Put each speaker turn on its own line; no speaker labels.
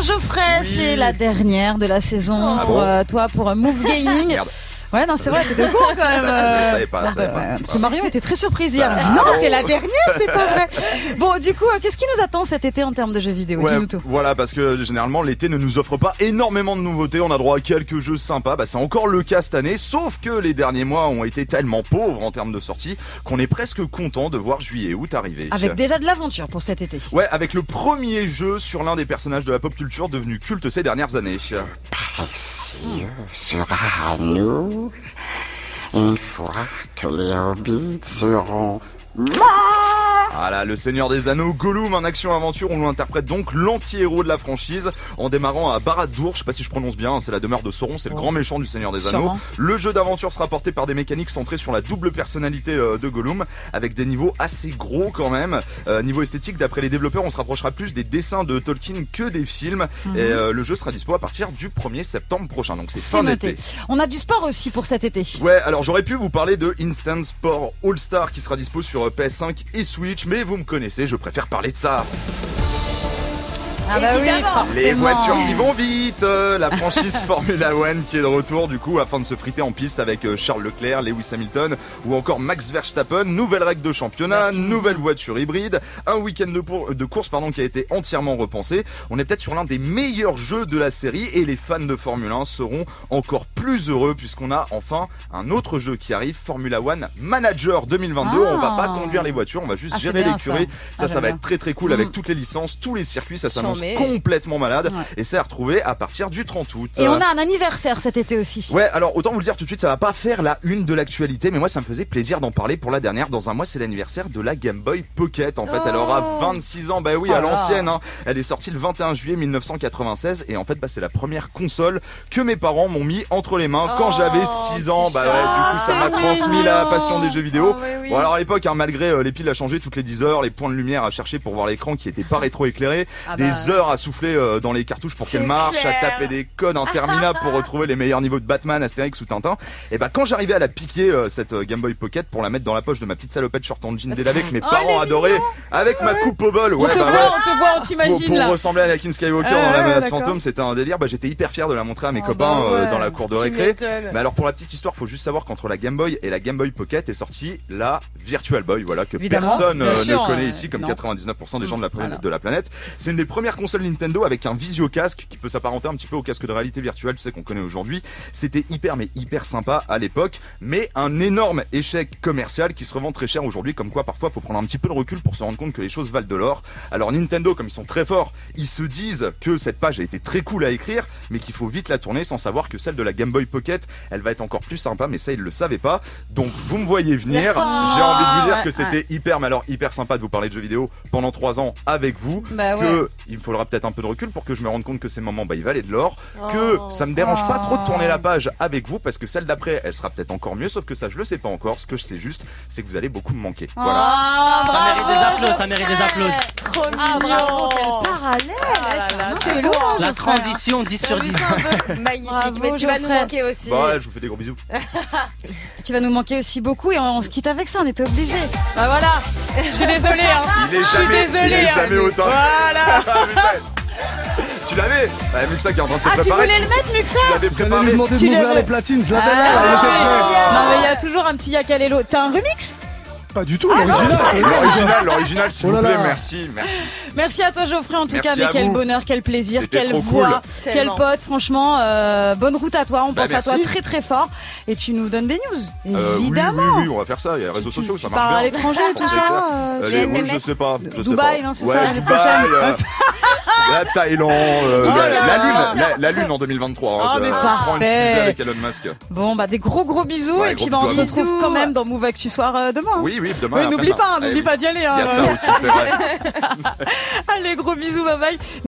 Geoffrey, c'est la dernière de la saison
Ah
pour
bon
euh, toi pour euh, Move Gaming.
Merde.
Ouais, non, c'est vrai, t'étais con quand même.
Ça, je
euh,
savais pas, je savais
bah,
pas.
ouais, Parce que Marion était très surprise hier.
Ça- Ah
Elle me dit, Non, c'est la dernière, c'est pas vrai. Bon, du coup, euh, qu'est-ce qui nous attend cet été en termes de jeux vidéo
Ouais,
Dis-nous tout.
voilà, parce que généralement l'été ne nous offre pas énormément de nouveautés. On a droit à quelques jeux sympas. Bah, c'est encore le cas cette année, sauf que les derniers mois ont été tellement pauvres en termes de sorties qu'on est presque content de voir juillet-août arriver.
Avec déjà de l'aventure pour cet été.
Ouais, avec le premier jeu sur l'un des personnages de la pop culture devenu culte ces dernières années.
Précieux sera à nous une fois que les hobbits seront
Voilà, Ah le Seigneur des Anneaux, Gollum, en action-aventure, on l'interprète donc l'anti-héros de la franchise en démarrant à Barad-dûr, je sais pas si je prononce bien, hein, c'est la demeure de Sauron, c'est le grand méchant du Seigneur des Anneaux.
Sûrement.
Le jeu d'aventure sera porté par des mécaniques centrées sur la double personnalité euh, de Gollum, avec des niveaux assez gros quand même. Euh, niveau esthétique, d'après les développeurs, on se rapprochera plus des dessins de Tolkien que des films. Et euh, le jeu sera dispo à partir du 1er septembre prochain, donc c'est
C'est
fin d'été.
noté. On a du sport aussi pour cet été.
Ouais, alors j'aurais pu vous parler de Instant Sport All Star qui sera dispo sur euh, PS5 et Switch, mais vous me connaissez, je préfère parler de ça.
Ah bah oui,
Évidemment.
forcément.
Les voitures qui vont vite, euh, la franchise Formula One qui est de retour du coup afin de se friter en piste avec euh, Charles Leclerc, Lewis Hamilton ou encore Max Verstappen. Nouvelle règle de championnat, nouvelle voiture hybride, un week-end de, pour- de course pardon qui a été entièrement repensé. On est peut-être sur l'un des meilleurs jeux de la série et les fans de Formule 1 seront encore plus heureux puisqu'on a enfin un autre jeu qui arrive, Formula One Manager 2022. On va
Ah.
pas conduire les voitures, on va juste
Ah, c'est
gérer
bien,
les curés.
ça. Ah,
Ça,
j'aime
ça, va
bien.
être très très cool
Mm.
avec toutes les licences, tous les circuits, ça s'annonce
Chambé.
complètement malade
Ouais.
et c'est à retrouver à partir du 30 août.
Et on a un anniversaire cet été aussi.
Ouais, alors autant vous le dire tout de suite, ça va pas faire la une de l'actualité, mais moi ça me faisait plaisir d'en parler pour la dernière. Dans un mois, c'est l'anniversaire de la Game Boy Pocket. En fait, elle aura 26 ans, bah oui,
Oh
à
là.
l'ancienne. hein. Elle est sortie le 21 juillet 1996 et en fait, bah, c'est la première console que mes parents m'ont mis entre les mains quand
Oh,
j'avais 6 ans.
petit
Bah ouais, du coup, ça
chat. Ah,
m'a transmis la passion des jeux vidéo.
Oh, mais oui.
Bon alors à l'époque, hein, malgré euh, les piles à changer toutes les 10 heures, les points de lumière à chercher pour voir l'écran qui était pas rétroéclairé,
Ah
des
bah.
heures à souffler euh, dans les cartouches pour qu'elles
C'est
marchent,
clair.
à taper des codes
Ah,
interminables pour retrouver les meilleurs niveaux de Batman, Astérix ou Tintin. Et bah quand j'arrivais à la piquer euh, cette euh, Game Boy Pocket pour la mettre dans la poche de ma petite salopette short en
Bah,
jean délavé
oh,
que mes parents adoraient, avec ma coupe au bol,
On
ouais
te
bah
voit,
ouais.
on te voit, on
Pour,
t'imagine
pour
là.
ressembler à Anakin Skywalker
Ah
dans la
ouais,
menace
d'accord.
fantôme, c'était un délire. Bah, j'étais hyper fier de la montrer à mes
Ah
copains
bah
euh,
ouais.
dans la cour de
Tu
récré.
m'étonnes.
Mais alors pour la petite histoire, faut juste savoir qu'entre la Game Boy et la Game Boy Pocket est sortie la Virtual Boy, voilà que
Évidemment,
personne
bien
euh,
sûr,
ne connaît
euh,
ici, comme
non.
99% des gens de la, planète-
Voilà.
de la planète. C'est une des premières consoles Nintendo avec un visio casque qui peut s'apparenter un petit peu au casque de réalité virtuelle, tu sais qu'on connaît aujourd'hui. C'était hyper mais hyper sympa à l'époque, mais un énorme échec commercial qui se revend très cher aujourd'hui, comme quoi parfois faut prendre un petit peu de recul pour se rendre compte que les choses valent de l'or. Alors Nintendo, comme ils sont très forts, ils se disent que cette page a été très cool à écrire, mais qu'il faut vite la tourner sans savoir que celle de la Game Boy Pocket, elle va être encore plus sympa, mais ça ils le savaient pas. Donc vous me voyez venir, j'ai envie de vous dire
ouais,
que c'était hyper, mais alors hyper sympa de vous parler de jeux vidéo pendant trois ans avec vous
Bah ouais.
que il me faudra peut-être un peu de recul pour que je me rende compte que ces moments bah, ils valaient de l'or, que
Oh.
Oh.
ça me dérange pas trop de tourner la page avec vous parce que celle d'après elle sera peut-être encore mieux, sauf que ça je le sais pas encore. Ce que je sais juste, c'est que vous allez beaucoup me manquer. Voilà.
Ah,
Ça mérite des
bravo,
applaudissements, ça mérite
Geoffrey.
Trop
des applaudissements.
Ah bravo, quel
mignon.
parallèle
Ah
là
ça,
là,
non,
c'est
C'est lourd
La transition 10 sur 10.
Magnifique.
Bravo,
mais tu vas nous
Geoffrey.
manquer aussi.
Bah ouais, je vous fais des gros bisous.
Tu vas nous manquer aussi beaucoup et on, on se quitte avec ça, on était obligés. Bah voilà, je suis désolée. Hein.
Il est
Je suis
jamais, il
désolée.
est jamais
hein.
autant.
Voilà.
Ah, putain. tu l'avais Bah, Muxa qui est en train de se
Ah, tu
préparer.
voulais le mettre, Muxa
tu l'avais
J'allais lui
préparé.
Tu
demander de m'ouvrir
l'avais.
les platines,
bah,
je l'avais
Ah,
là, elle était prête.
Non, mais il y a toujours un petit Yakalelo. T'as un remix
Pas du tout, l'original.
L'original, l'original, s'il
Oh là
vous plaît,
là.
merci, merci.
Merci à toi, Geoffrey, en tout
Merci
cas. Mais
à
quel
vous.
bonheur, quel plaisir,
C'était
quelle
trop
voix,
cool.
quel
Tellement.
pote. Franchement, euh, bonne route à toi. On
Bah,
pense à
merci.
toi très très fort. Et tu nous donnes des news,
Euh, oui,
évidemment.
Oui, oui, on va faire ça. Il y a les réseaux sociaux, ça
Tu pars à
marche bien.
l'étranger, tout
C'est clair.
ça. euh,
Euh,
Les
les- oui,
SMS.
je sais pas. Je sais
Dubaï,
pas.
non, c'est
ouais,
ça, l'année
Dubaï,
prochaine.
euh, la Thaïlande, euh,
Oh là
la, la
là.
Lune, la, la Lune en 2023.
Ah,
ça,
mais
euh, prend une
parfait.
fusée avec Elon Musk.
Bon, bah des gros gros bisous.
Ouais,
et
gros
puis bah, on
bisous
se
à
vous.
retrouve quand
Bisous.
même dans Move Actu Soir euh, demain. hein.
Oui, oui, demain.
Ouais, n'oublie
après-demain.
pas, hein,
Eh
n'oublie
oui.
pas d'y aller.
Il y
hein.
a ça aussi, c'est vrai.
Allez, gros bisous, bye bye.